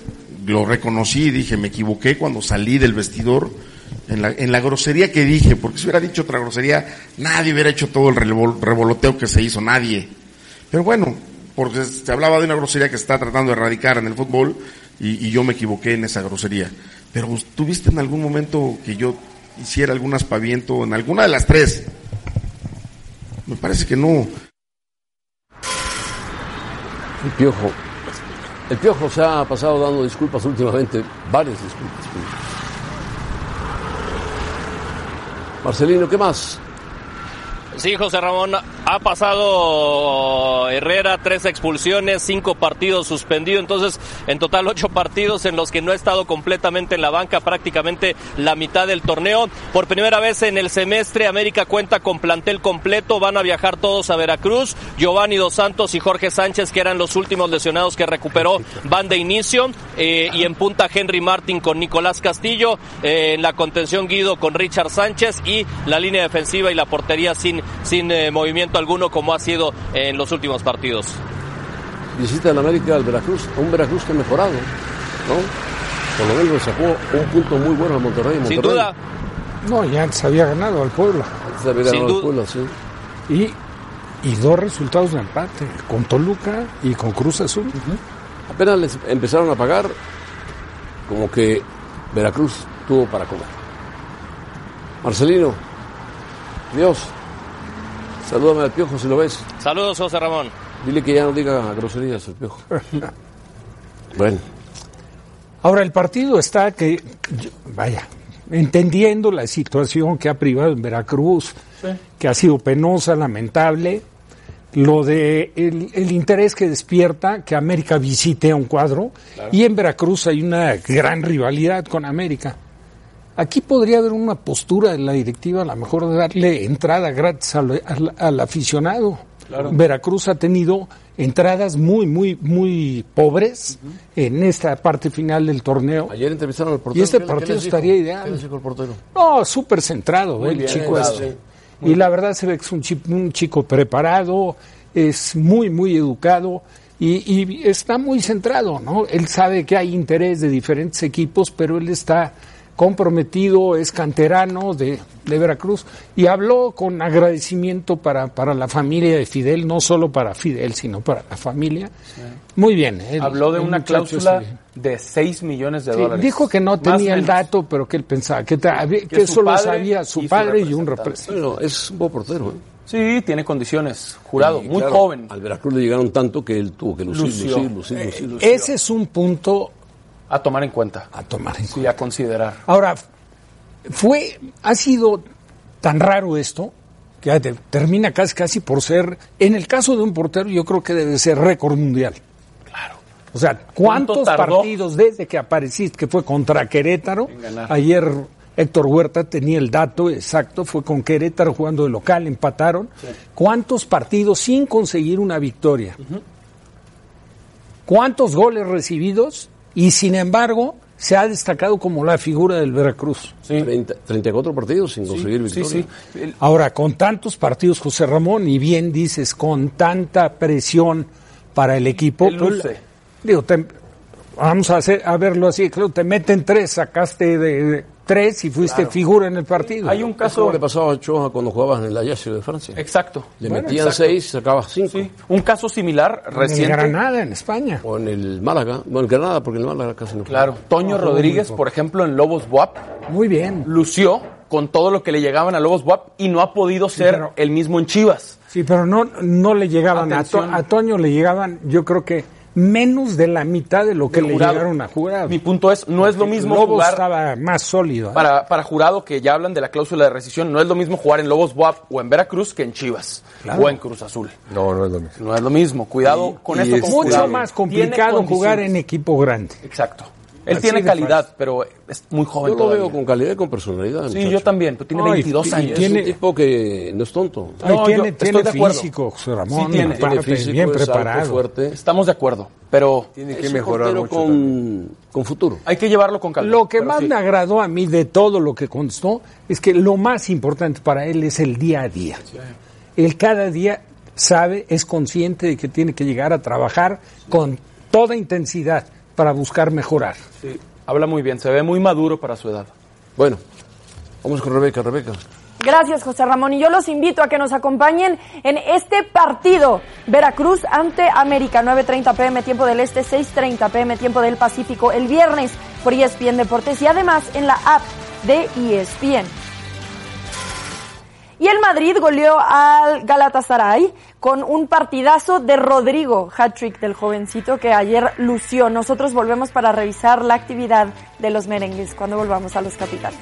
H: Lo reconocí y dije, me equivoqué cuando salí del vestidor en la, en la grosería que dije, porque si hubiera dicho otra grosería, nadie hubiera hecho todo el revol- revoloteo que se hizo, nadie. Pero bueno, porque se hablaba de una grosería que se está tratando de erradicar en el fútbol y, y yo me equivoqué en esa grosería. Pero tuviste en algún momento que yo hiciera algún aspaviento en alguna de las tres. Me parece que no.
B: El Piojo. El Piojo se ha pasado dando disculpas últimamente, varias disculpas. Marcelino, ¿qué más?
J: Sí, José Ramón, ha pasado Herrera, tres expulsiones, cinco partidos suspendidos, entonces en total ocho partidos en los que no ha estado completamente en la banca, prácticamente la mitad del torneo. Por primera vez en el semestre, América cuenta con plantel completo, van a viajar todos a Veracruz, Giovanni Dos Santos y Jorge Sánchez, que eran los últimos lesionados que recuperó, van de inicio, eh, y en punta Henry Martin con Nicolás Castillo, eh, en la contención Guido con Richard Sánchez y la línea defensiva y la portería sin, sin eh, movimiento alguno como ha sido en los últimos partidos.
B: Visita en América al Veracruz, a un Veracruz que ha mejorado, ¿no? Por lo menos le sacó un punto muy bueno al Monterrey. Monterrey.
J: Sin duda,
D: No, ya antes había ganado al Puebla.
B: Antes de haber ganado el Puebla, sí.
D: Y, y dos resultados de empate, con Toluca y con Cruz Azul.
B: Apenas les empezaron a pagar, como que Veracruz tuvo para comer. Marcelino, Dios, salúdame al piojo si lo ves.
J: saludos José Ramón.
B: Dile que ya no diga groserías el piojo. Bueno.
D: Ahora, el partido está que, yo- vaya, entendiendo la situación que ha privado en Veracruz, que ha sido penosa, lamentable, lo de el, el interés que despierta que América visite a un cuadro,
L: Claro.
D: y en Veracruz hay una gran rivalidad con América. Aquí podría haber una postura de la directiva, a lo mejor de darle entrada gratis al, al- al aficionado.
L: Claro.
D: Veracruz ha tenido entradas muy, muy, muy pobres en esta parte final del torneo.
B: Ayer entrevistaron al portero.
D: Y este
B: ¿Qué- qué les
D: partido
B: dijo?
D: estaría
B: ¿Qué les
D: ideal.
B: dijo el portero?
D: No, súper centrado,
B: Muy
D: el
B: bien,
D: chico
B: claro.
D: este.
B: Sí.
D: Y la verdad se ve que es un, chi- un chico preparado, es muy, muy educado. Y, y está muy centrado, ¿no? Él sabe que hay interés de diferentes equipos, pero él está comprometido, es canterano de, de Veracruz y habló con agradecimiento para, para la familia de Fidel, no solo para Fidel, sino para la familia. Muy bien. el-
C: Habló de
D: el
C: una
D: Eh, muchacho
C: cláusula
D: es bien.
C: de 6 millones de
D: Sí,
C: dólares.
D: dijo que no
C: Más
D: tenía
C: o
D: el
C: menos.
D: dato, pero que él pensaba que, tra- que
C: que su
D: eso lo
C: padre
D: sabía
C: y
D: su
C: su
D: padre y un
C: representante.
D: representante.
B: Bueno, es un buen portero. ¿eh?
C: Sí, tiene condiciones. Jurado,
B: Y
C: muy
B: claro,
C: joven.
B: Al Veracruz le llegaron tanto que él tuvo que lucir,
C: Lució.
B: lucir, lucir, lucir, lucir.
D: Ese es un punto
C: A tomar en cuenta.
D: a tomar en cuenta.
C: Sí, a considerar.
D: Ahora, fue, ha sido tan raro esto que ya te- termina casi, casi por ser, en el caso de un portero, yo creo que debe ser récord mundial. Claro. O sea, ¿cuántos
C: ¿Cuánto tardó?
D: partidos desde que apareciste, que fue contra Querétaro?
C: ganar.
D: Ayer Héctor Huerta tenía el dato exacto, fue con Querétaro jugando de local, empataron. ¿Cuántos partidos sin conseguir una victoria? cuántos goles recibidos y sin embargo se ha destacado como la figura del Veracruz.
C: Sí.
B: 30 34 partidos sin conseguir
C: Sí,
B: victoria.
C: sí. El-
D: Ahora, con tantos partidos, José Ramón, y bien dices, con tanta presión para el equipo, pues,
C: Él luce.
D: digo, te- vamos a, hacer, a verlo así, claro, te meten tres, sacaste de, de tres y fuiste figura en el partido.
C: Hay un
B: Es como
C: caso.
B: le pasaba a Ochoa cuando jugabas en el Ajax de Francia.
C: Exacto.
B: Le
C: Bueno,
B: metían
C: exacto.
B: seis, sacabas cinco.
C: Sí. Un caso similar
D: en el
C: reciente.
D: Granada, en España.
B: O en el Málaga. Bueno, en Granada, porque en el Málaga casi no
C: Claro.
D: Ah,
C: Toño Rodríguez, por ejemplo, en Lobos Buap,
D: Muy bien.
C: lució con todo lo que le llegaban a Lobos Buap y no ha podido ser
D: pero-
C: el mismo en Chivas.
D: Sí, pero no, no le llegaban a, To-
C: Atención.
D: a Toño, le llegaban, yo creo que menos de la mitad de lo que
C: De
D: le
C: Jurado.
D: llegaron a jugar.
C: Mi punto es, no es lo mismo
D: Lobo
C: jugar
D: estaba más sólido. ¿eh?
C: para, para jurado que ya hablan de la cláusula de rescisión, no es lo mismo jugar en Lobos Buap o en Veracruz que en Chivas o en Cruz Azul.
E: No, no es lo mismo.
C: No es lo mismo. Cuidado con
E: y
C: esto.
E: es
C: con
D: Mucho
C: cuidado.
D: más
C: Tiene
D: complicado jugar en
C: condiciones.
D: equipo grande.
C: Exacto. Él
D: Así
C: tiene
D: de
C: calidad, pero es muy joven
B: Yo lo
C: todavía.
B: veo con calidad y con personalidad.
C: Sí,
B: muchacho.
C: yo también, pero tiene
D: Ay,
C: 22
D: y
C: años.
B: Es
D: tiene-
B: un tipo que no es tonto.
D: Ay,
C: No,
D: tiene
C: yo
D: tiene
C: estoy de acuerdo.
D: físico, José
C: Sí, tiene.
D: Ramón,
B: Tiene
D: aparte,
B: físico,
D: bien
B: es alto,
D: preparado.
B: fuerte.
C: Estamos de acuerdo, pero
E: Tiene que
B: Es un
E: mejorar
B: portero
E: mucho. también.
B: con, con futuro.
C: hay que llevarlo con calma.
D: Lo que
C: Pero
D: más
C: sí.
D: me agradó a mí de todo lo que constó es que lo más importante para él es el día a día. Él cada día sabe, es consciente de que tiene que llegar a trabajar con toda intensidad para buscar mejorar.
C: Sí, Este, habla muy bien, se ve muy maduro para su edad.
K: Ah,
B: Bueno, vamos con Rebeca, Rebeca.
I: Gracias, José Ramón. Y yo los invito a que nos acompañen en este partido. Veracruz ante América, 9.30 pm tiempo del Este, 6.30 pm tiempo del Pacífico, el viernes por E ESPN Deportes y además en la app de E ESPN. Y el Madrid goleó al Galatasaray con un partidazo de Rodrigo, hat-trick del jovencito que ayer lució. Nosotros volvemos para revisar la actividad de los merengues cuando volvamos a los capitales.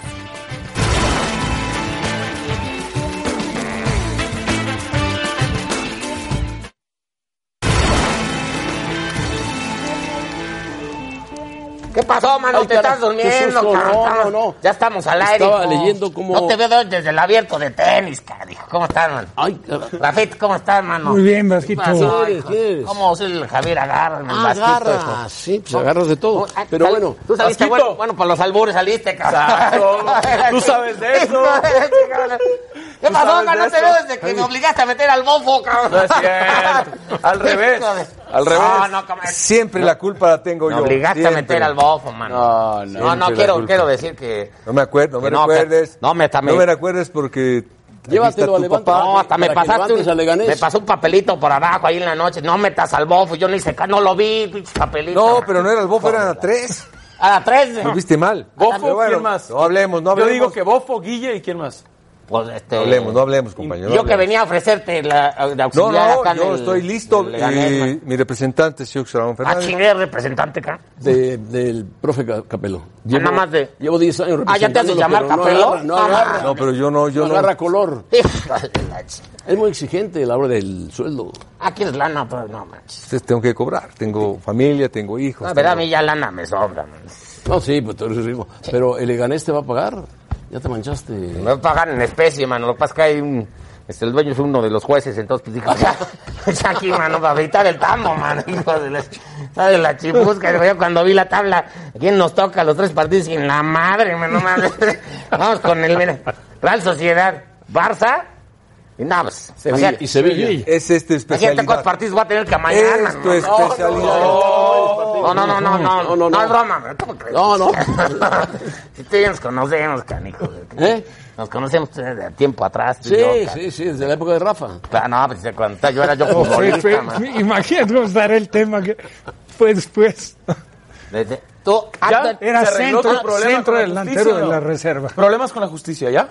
K: ¿Qué pasó, mano? ¿Te estás durmiendo, cabrón? Estamos- Ya estamos al aire.
B: Estaba
K: hijo.
B: leyendo cómo-
K: No te veo desde el abierto de tenis, cara, hijo. ¿Cómo estás, mano?
B: Ay, cara.
K: Rafit, ¿cómo estás, mano?
D: Muy bien, Vasquito.
K: ¿Qué pasó,
B: ¿Qué eres?
K: hijo?
B: ¿Qué eres?
K: ¿Cómo es el Javier agarra, el Vasquito, hijo?
B: Agarra, sí, pues agarras de todo.
K: Ah,
B: Pero
K: sal-
B: bueno,
K: Tú saliste,
C: Vasquito.
K: bueno, bueno, para los albures saliste, cabrón.
C: Exacto. Tú sabes de eso.
K: ¿Qué
C: Tú
K: pasó,
C: sabes
K: mano?
C: de
K: No te
C: eso.
K: veo desde que me obligaste a meter al bofo, cabrón.
C: No es cierto. Al revés.
K: Hijo de-
C: Al revés.
K: No, no, como-
E: Siempre la culpa la tengo
K: Me
E: yo.
K: obligaste a
E: siempre.
K: meter al bofo, mano.
C: No, no.
K: No, no,
E: Siempre la
K: quiero,
E: culpa.
K: quiero decir que...
E: No me acuerdo, no me
K: No, que-
E: recuerdes.
K: no, me está-
E: No me recuerdes porque. aquí está
B: Llévatelo
E: tu
B: a Levante.
E: papá.
K: No, hasta me
B: Para que
K: pasaste
B: levantes
K: un,
B: al Leganés.
K: me pasó un papelito por abajo ahí en la noche. No metas al bofo, yo ni se ca- no lo vi, pinche papelito.
E: No, pero no era el bofo, eran a tres.
K: A las tres.
E: Lo viste mal.
C: Bofo,
E: Pero bueno,
C: ¿quién más?
E: No hablemos, no
C: Yo
E: hablemos.
C: digo que Bofo, Guille y quién más.
K: Pues este.
E: No hablemos, no hablemos, compañero. no
K: Yo que
E: hablemos.
K: venía a ofrecerte la de
E: No,
K: auxiliar
E: no,
K: acá en
E: yo
K: el-
E: estoy
K: en
E: listo.
K: el Leganés,
E: y
K: man.
E: mi representante, Sioux Ramón
K: Ah,
E: Fernández.
K: chingue, representante, acá.
B: de- del profe Ca- Capelo. Llevo,
K: Ah, nada más de-
B: Llevo 10 años
K: Ah, ¿ya te haces
B: representándolo,
K: llamar
B: pero
K: Capelo?
B: No agarra, no agarra,
E: No, pero yo no, yo
B: no
E: no.
B: agarra color.
K: Hijo de la ch-
B: Es muy exigente a la hora del sueldo.
K: Aquí es lana, pero no manches.
E: Entonces tengo que cobrar. Tengo familia, tengo hijos.
K: La Ah, verdad, a
E: tengo-
K: mí ya lana me sobra, man.
B: No, sí, pues tú eres rico. Pero el Leganés te va a pagar. Ya te manchaste.
K: Me pagan en especie, mano. Lo que pasa es que hay un. Este, el dueño es uno de los jueces, entonces pues, dijo, ya, ya aquí, mano, para evitar el tambo, mano, hijo de la, ¿sabes? la chipusca. Yo cuando vi la tabla, ¿quién nos toca los tres partidos? Y la madre, mano, madre. Vamos con el, mira, Real Sociedad, Barça, Y nada más.
B: Sevilla.
K: O sea,
B: Y Sevilla.
E: Es este especialidad.
K: Imagínate cuántos partidos voy a tener que amañar.
E: Es tu especialidad.
K: No, no, no, no, no, no,
B: no, no.
K: es broma. bro. ¿Cómo crees?
B: No, no.
C: Ah,
K: Si tú y yo nos conocemos, canijo.
B: ¿Eh?
K: Nos conocemos de tiempo atrás. tú y
B: Sí,
K: yo, car-
B: sí, sí, desde la época de Rafa.
K: Claro, no, pues cuando estaba- yo era yo
D: Fe- fe-
K: futbolista, man.
D: Imagínate cómo estará el tema que fue después.
K: Desde- Tú, antes-
D: Ah, Era
C: Se arregló
D: centro,
C: tu problema con
D: centro
C: la
D: delantero
C: justicia,
D: de
C: ¿no?
D: la reserva.
C: Problemas con la justicia, ¿ya?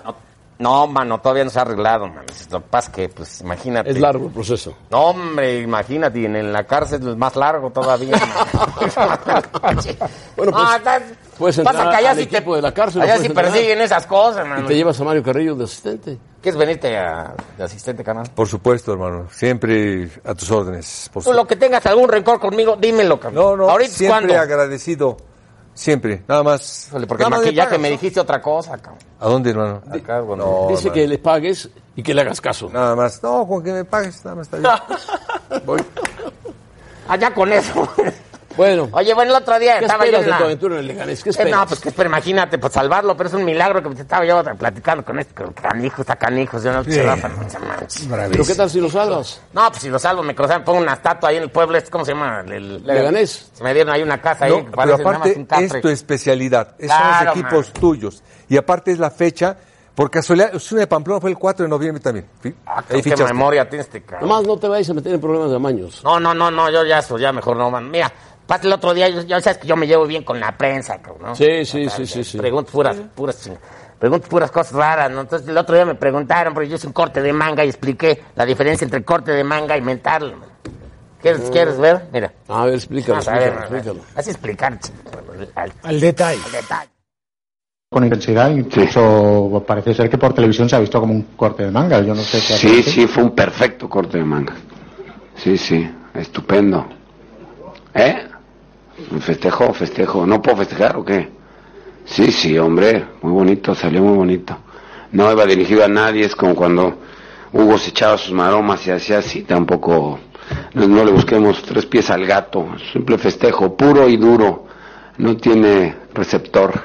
K: No, mano, todavía no se ha arreglado, man. Lo que pasa es que, pues, imagínate.
B: Es largo el proceso.
K: No, hombre, imagínate, y en, en la cárcel es más largo todavía. man.
B: Bueno, pues,
K: No, estás-
B: puedes
K: pasa
B: entrar
K: que allá
B: al
K: sí te-
B: equipo de la cárcel,
K: Allá
B: lo
K: sí
B: puedes entrenar.
K: persiguen esas cosas, man.
B: Y te llevas a Mario Carrillo de asistente.
K: ¿Quieres venirte a- de asistente, canal?
E: Por supuesto, hermano. Siempre a tus órdenes. Por
K: Tú lo que tengas algún rencor conmigo, dímelo, cabrón.
E: No, no,
K: Ahorita
E: siempre
K: cuando.
E: agradecido. Siempre, nada más.
K: Porque el
E: Nada más le
K: maquillaje
E: pagas,
K: me
E: ¿no?
K: dijiste otra cosa, cabrón.
E: ¿A dónde, hermano?
K: Acá, bueno.
B: Dice que le pagues y que le hagas caso.
E: Nada más. No, con que me pagues, nada más está bien. Voy.
K: Allá con eso.
B: Bueno,
K: Oye, bueno, el otro día
B: ¿qué
K: estaba yo
B: esperas
K: en
B: de
K: la-
B: tu aventura en el Leganés? ¿Qué
K: Eh,
B: esperas?
K: no, pues que espera, imagínate, pues salvarlo, pero es un milagro que me estaba yo platicando con este con canijo, está canijo, yo no se Rafa, no se manches.
B: ¿Pero qué tal si lo salvas?
K: No, pues si lo salvo, me cruzan, pongo una estatua ahí en el pueblo, este, ¿cómo se llama? El, el-
B: Leganés.
K: Se me dieron ahí una casa ahí,
E: No,
K: que
E: pero
K: parece nada más
E: aparte
K: un catre. Ah,
E: es tu especialidad. Esos son
K: Claro,
E: los equipos
K: man.
E: tuyos. Y aparte es la fecha. Por casualidad, Osuna de Pamplona fue el 4 de noviembre también. Fi-
K: Ah,
E: Ahí
K: qué
E: fichaste.
K: memoria tienes, este cabrón.
B: Nomás no te vayas a meter en problemas de amaños.
K: No, no, no, no, yo ya eso, ya mejor no, man. Mira, pasa el otro día, yo, ya sabes que yo me llevo bien con la prensa, cabrón, ¿no?
B: Sí, sí,
K: O
B: sí, sí, sí.
K: Pregunto puras, puras, ching- pregunto puras cosas raras, ¿no? Entonces el otro día me preguntaron, porque yo hice un corte de manga y expliqué la diferencia entre corte de manga y mental. man. ¿Quieres, ¿Quieres ver? Mira.
B: A ver, explícalo,
K: Vas a ver,
B: explícalo, explícalo.
K: Vas a explicar, ching- al,
D: Al detalle.
K: al detalle.
L: con intensidad, incluso parece ser que por televisión se ha visto como un corte de manga. Yo no sé qué
M: Sí, sí, fue un perfecto corte de manga. Sí, sí, estupendo. ¿Eh? ¿Festejo, festejo? ¿No puedo festejar o qué? Sí, sí, hombre, muy bonito, salió muy bonito. No iba dirigido a nadie, es como cuando Hugo se echaba sus maromas y hacía así, tampoco, no, no le busquemos tres pies al gato, simple festejo, puro y duro, no tiene receptor.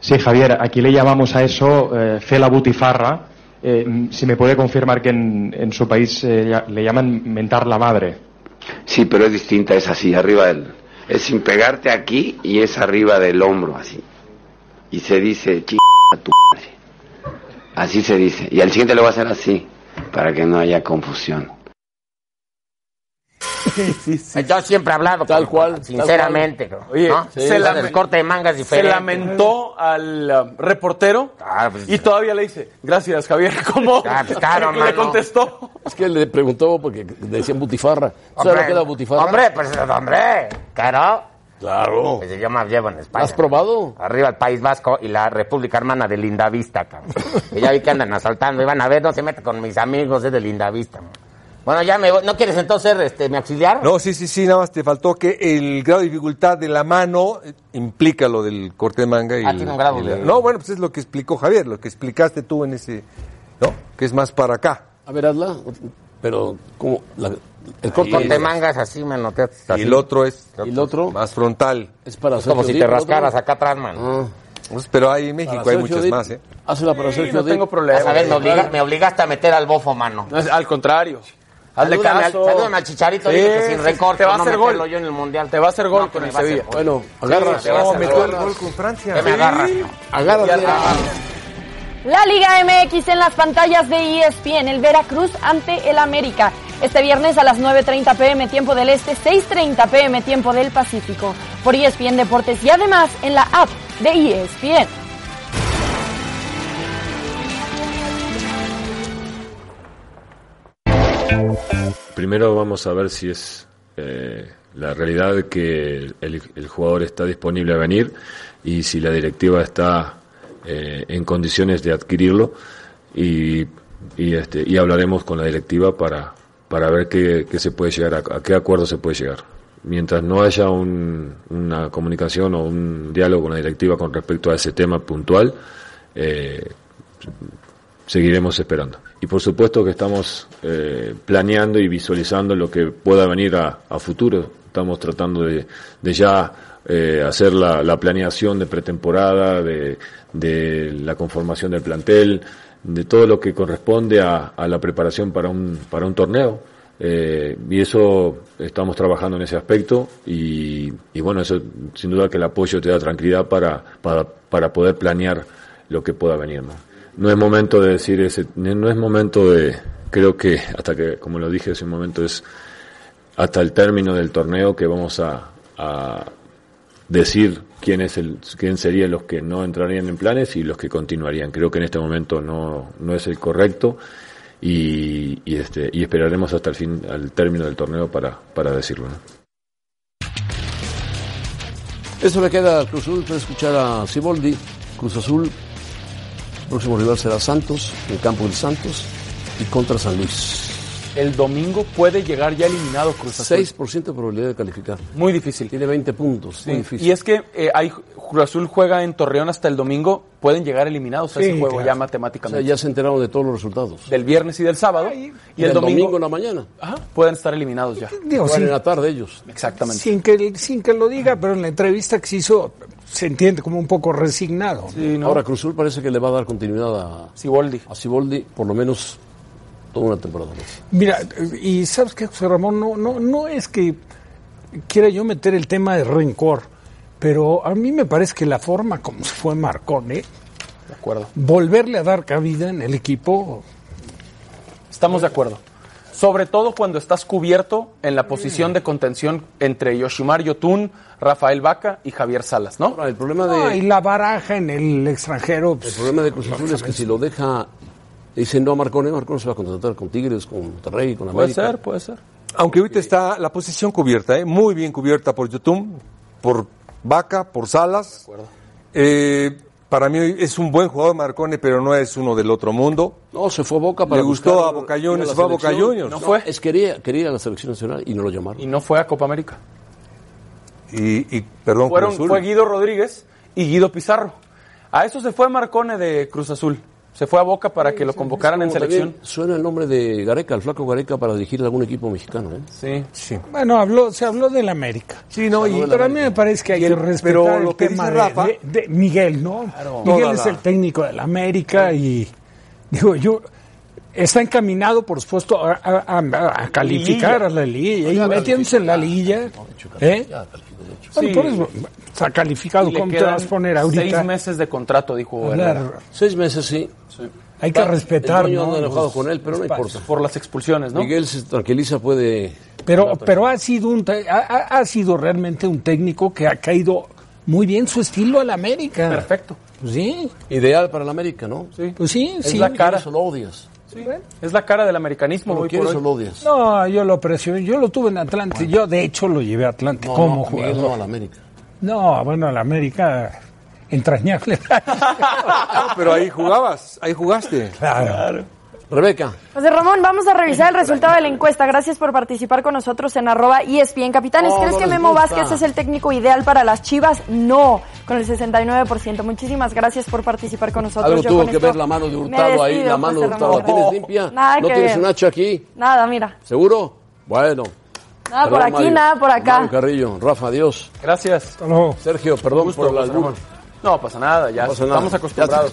L: Sí, Javier, aquí le llamamos a eso eh, Fela Butifarra. Eh, mm, si me puede confirmar que en, en su país eh, ya- le llaman mentar la madre.
M: Sí, pero es distinta, es así, arriba del... Es sin pegarte aquí y es arriba del hombro, así. Y se dice, "Chinga a tu madre. Así se dice. Y al siguiente lo va a hacer así, para que no haya confusión.
K: Yo siempre he hablado.
B: Tal
K: con-
B: cual,
K: Sinceramente,
C: tal cual.
K: ¿no?
C: Oye,
K: ¿No?
C: sí,
K: se
C: se
K: la,
C: lame-
K: Ah, el corte de manga es
C: Se
K: diferente.
C: lamentó al um, reportero
K: Ah, pues,
C: y todavía le dice, gracias, Javier, ¿cómo
K: Ah, pues, claro,
C: le
K: mano.
C: contestó?
B: Es que le preguntó porque decían butifarra. ¿Sabes lo que es la butifarra?
K: Hombre, pues, hombre, claro.
B: Claro.
K: Pues yo me llevo en España.
B: ¿Has probado?
K: Arriba el País Vasco y la República Hermana de Lindavista, cabrón. Y ya vi que andan asaltando. Iban a ver, no se mete con mis amigos, es de Lindavista. man. Bueno, ya me voy. ¿No quieres entonces este, me auxiliar?
E: No, sí, sí, sí, nada más te faltó que el grado de dificultad de la mano eh, implica lo del corte de manga. Y
K: Ah,
E: el-
K: tiene un grado
E: y la-
K: de-
E: No, bueno, pues es lo que explicó Javier, lo que explicaste tú en ese... ¿No? Que es más para acá.
B: A ver, hazla. Pero, como el
K: Con
B: corte
K: corte mangas así, me noté.
E: Y el otro es pues,
B: y el otro
E: más frontal.
B: es para
K: Como si te rascaras acá atrás, man.
B: Ah,
E: Pues, pero hay en
B: para
E: México, hay
B: Sergio
E: muchas
B: Dip.
E: más, ¿eh?
B: Hazla para Sergio
C: no tengo
B: Dip.
C: problema.
K: Vas a ver, me, obliga- me obligaste a meter al bofo, mano.
C: No, es- al contrario. Hazle
K: Salúdame al-
C: caso.
K: salúdame al Chicharito,
C: Sí,
K: dile que sin
C: sí,
K: recorte,
C: Te va a
K: no
C: hacer
K: meterlo
C: gol.
K: yo en el Mundial.
C: Te va a hacer gol
K: No, que
C: con
K: me
C: el
K: va a hacer
C: Sevilla.
K: gol.
B: Bueno, agarras.
K: te vas a
E: metió el gol con
K: ¿Qué
E: Francia.
K: me agarras?
B: agarras.
I: La Liga MX en las pantallas de E ESPN, el Veracruz ante el América. Este viernes a las 9.30 pm tiempo del Este, 6.30 pm tiempo del Pacífico, por E ESPN Deportes y además en la app de E ESPN.
N: Primero vamos a ver si es eh, la realidad de que el, el jugador está disponible a venir y si la directiva está eh, en condiciones de adquirirlo y, y, este, y hablaremos con la directiva para, para ver qué, qué se puede llegar, a, a qué acuerdo se puede llegar. Mientras no haya un- una comunicación o un diálogo con la directiva con respecto a ese tema puntual, eh, seguiremos esperando. Y por supuesto que estamos eh, planeando y visualizando lo que pueda venir a, a futuro, estamos tratando de, de ya eh, hacer la, la planeación de pretemporada, de, de la conformación del plantel, de todo lo que corresponde a, a la preparación para un, para un torneo. Eh, y eso estamos trabajando en ese aspecto y, y bueno, eso sin duda que el apoyo te da tranquilidad para, para, para poder planear lo que pueda venir. ¿no? No es momento de decir ese, no es momento de, creo que hasta que, como lo dije hace un momento, es hasta el término del torneo que vamos a, a decir quién es el, quién serían los que no entrarían en planes y los que continuarían. Creo que en este momento no, no es el correcto y, y este y esperaremos hasta el fin, al término del torneo para, para decirlo. ¿no?
B: Eso le queda a Cruz Azul para escuchar a Siboldi. Cruz Azul, próximo rival será Santos, en campo del Santos y contra San Luis.
C: El domingo puede llegar ya eliminado Cruz Azul.
B: 6% de probabilidad de calificar.
C: Muy difícil.
B: Tiene 20 puntos,
C: Sí,
B: muy difícil.
C: Y es que eh, hay, Cruz Azul juega en Torreón hasta el domingo, pueden llegar eliminados a ese
B: Sí,
C: juego
B: claro.
C: ya
B: O sea,
C: matemáticamente.
B: ya se enteraron de todos los resultados.
C: Del viernes y del sábado. y
B: del
C: el domingo,
B: en la mañana.
C: pueden estar eliminados ya.
D: Digo, sí.
B: en la tarde ellos.
C: Exactamente.
D: Sin que, sin que lo diga, pero en la entrevista que se hizo se entiende como un poco resignado.
B: Ahora Cruzul parece que le va a dar continuidad a
C: Siboldi.
B: A Siboldi, por lo menos toda una temporada más.
D: Mira, y sabes que José Ramón, no, no, no es que quiera yo meter el tema de rencor, pero a mí me parece que la forma como se fue Marcone,
C: De acuerdo.
D: volverle a dar cabida en el equipo,
C: Estamos de acuerdo. Sobre todo cuando estás cubierto en la posición de contención entre Yoshimar Yotun, Rafael Vaca y Javier Salas, ¿no?
B: el problema
D: Ah, y la baraja en el extranjero. pues,
B: El problema de Cruz Azul es que si lo deja, le dicen no a Marcone, Marcone se va a contratar con Tigres, con Monterrey, con
E: Puede
B: América.
E: ser,
C: puede ser.
E: Aunque ahorita está la posición cubierta, ¿eh? muy bien cubierta por YouTube, por Vaca, por Salas. Eh, para mí es un buen jugador Marcone, pero no es uno del otro mundo.
B: No, se fue a Boca para
E: Le gustó
B: buscar-
E: a Boca
B: ir
E: Juniors,
B: la
E: fue a Boca
B: selección.
E: Juniors.
B: No,
E: No
B: fue. Es quería, quería ir a la selección nacional y no lo llamaron.
C: Y no fue a Copa América.
E: Y, y perdón,
C: Fueron,
E: Cruz Azul.
C: fue Guido Rodríguez y Guido Pizarro. A eso se fue Marcone de Cruz Azul. Se fue a Boca para que lo convocaran en
B: Como
C: selección.
B: también Suena el nombre de Gareca, el flaco Gareca, para dirigir algún equipo mexicano. ¿eh?
C: Sí.
E: sí.
D: Bueno, habló, se habló del América.
E: Sí, no,
B: y-
D: pero a mí me parece que hay que respetar
E: pero
D: el
E: lo que
D: tema
E: dice
D: de-
E: Rafa-
D: de, de Miguel, ¿no? Miguel
E: Toda
D: es
E: la-
D: el técnico del América y digo yo está encaminado, por supuesto, a, a- a- a calificar
C: Liguilla.
D: a la liguilla y metiéndose en la liguilla, ¿eh? Bueno,
C: Sí.
D: por eso está calificado.
C: Y le
D: ¿Cómo te vas a
C: quedan
D: poner ahorita?
C: Seis meses de contrato, dijo
D: Claro.
C: Herrera.
B: Seis meses, sí.
D: Hay que
B: Va,
D: respetar,
B: el dueño
D: ¿no?
B: anda enojado
D: Los-
B: con él, pero no
D: los
B: importa.
C: Por las expulsiones, ¿no?
B: Miguel se tranquiliza, puede...
D: Pero, pero ha sido un te- ha, ha- ha sido realmente un técnico que ha caído muy bien su estilo al América. Pues
C: Perfecto.
D: Sí.
B: Ideal para el América, ¿no?
C: Sí.
D: Pues sí,
B: Es
D: sí.
B: la cara. Eso lo odias.
C: Es la cara del americanismo
B: ¿Lo
C: hoy por
B: quieres
C: hoy.
B: o lo odias?
D: No, yo lo aprecio. Yo lo tuve en Atlante. Yo, de hecho, lo llevé a Atlante como
B: no, Miguel
D: jugador.
B: no al América.
D: No, bueno, al América entrañable.
E: Ah, pero ahí jugabas, ahí jugaste.
D: Claro.
B: Rebeca.
I: José Ramón, vamos a revisar el resultado de la encuesta. Gracias por participar con nosotros en arroba E ESPN Capitanes.
B: Oh,
I: ¿Crees
B: no
I: que
B: les
I: Memo
B: gusta.
I: Vázquez es el técnico ideal para las Chivas? No, con el 69%. Muchísimas gracias por participar con nosotros.
B: Algo
I: Yo
B: tuvo
I: con
B: que
I: esto
B: ver la mano de
I: me
B: Hurtado ahí,
I: despido,
B: la mano de
I: José
B: Hurtado. ¿La
I: Ramón.
B: tienes limpia?
I: Nada
B: ¿No
I: que
B: tienes
I: ver.
B: un hacha aquí?
I: Nada, mira.
B: ¿Seguro? Bueno.
I: Nada Ah, por
B: Perdón,
I: aquí,
B: Mario.
I: nada por acá.
B: Mario Carrillo, Rafa, adiós.
C: Gracias.
B: Sergio, perdón
C: Gusto,
B: por la
C: José Ramón. No pasa nada, ya
B: No pasa nada.
C: estamos acostumbrados.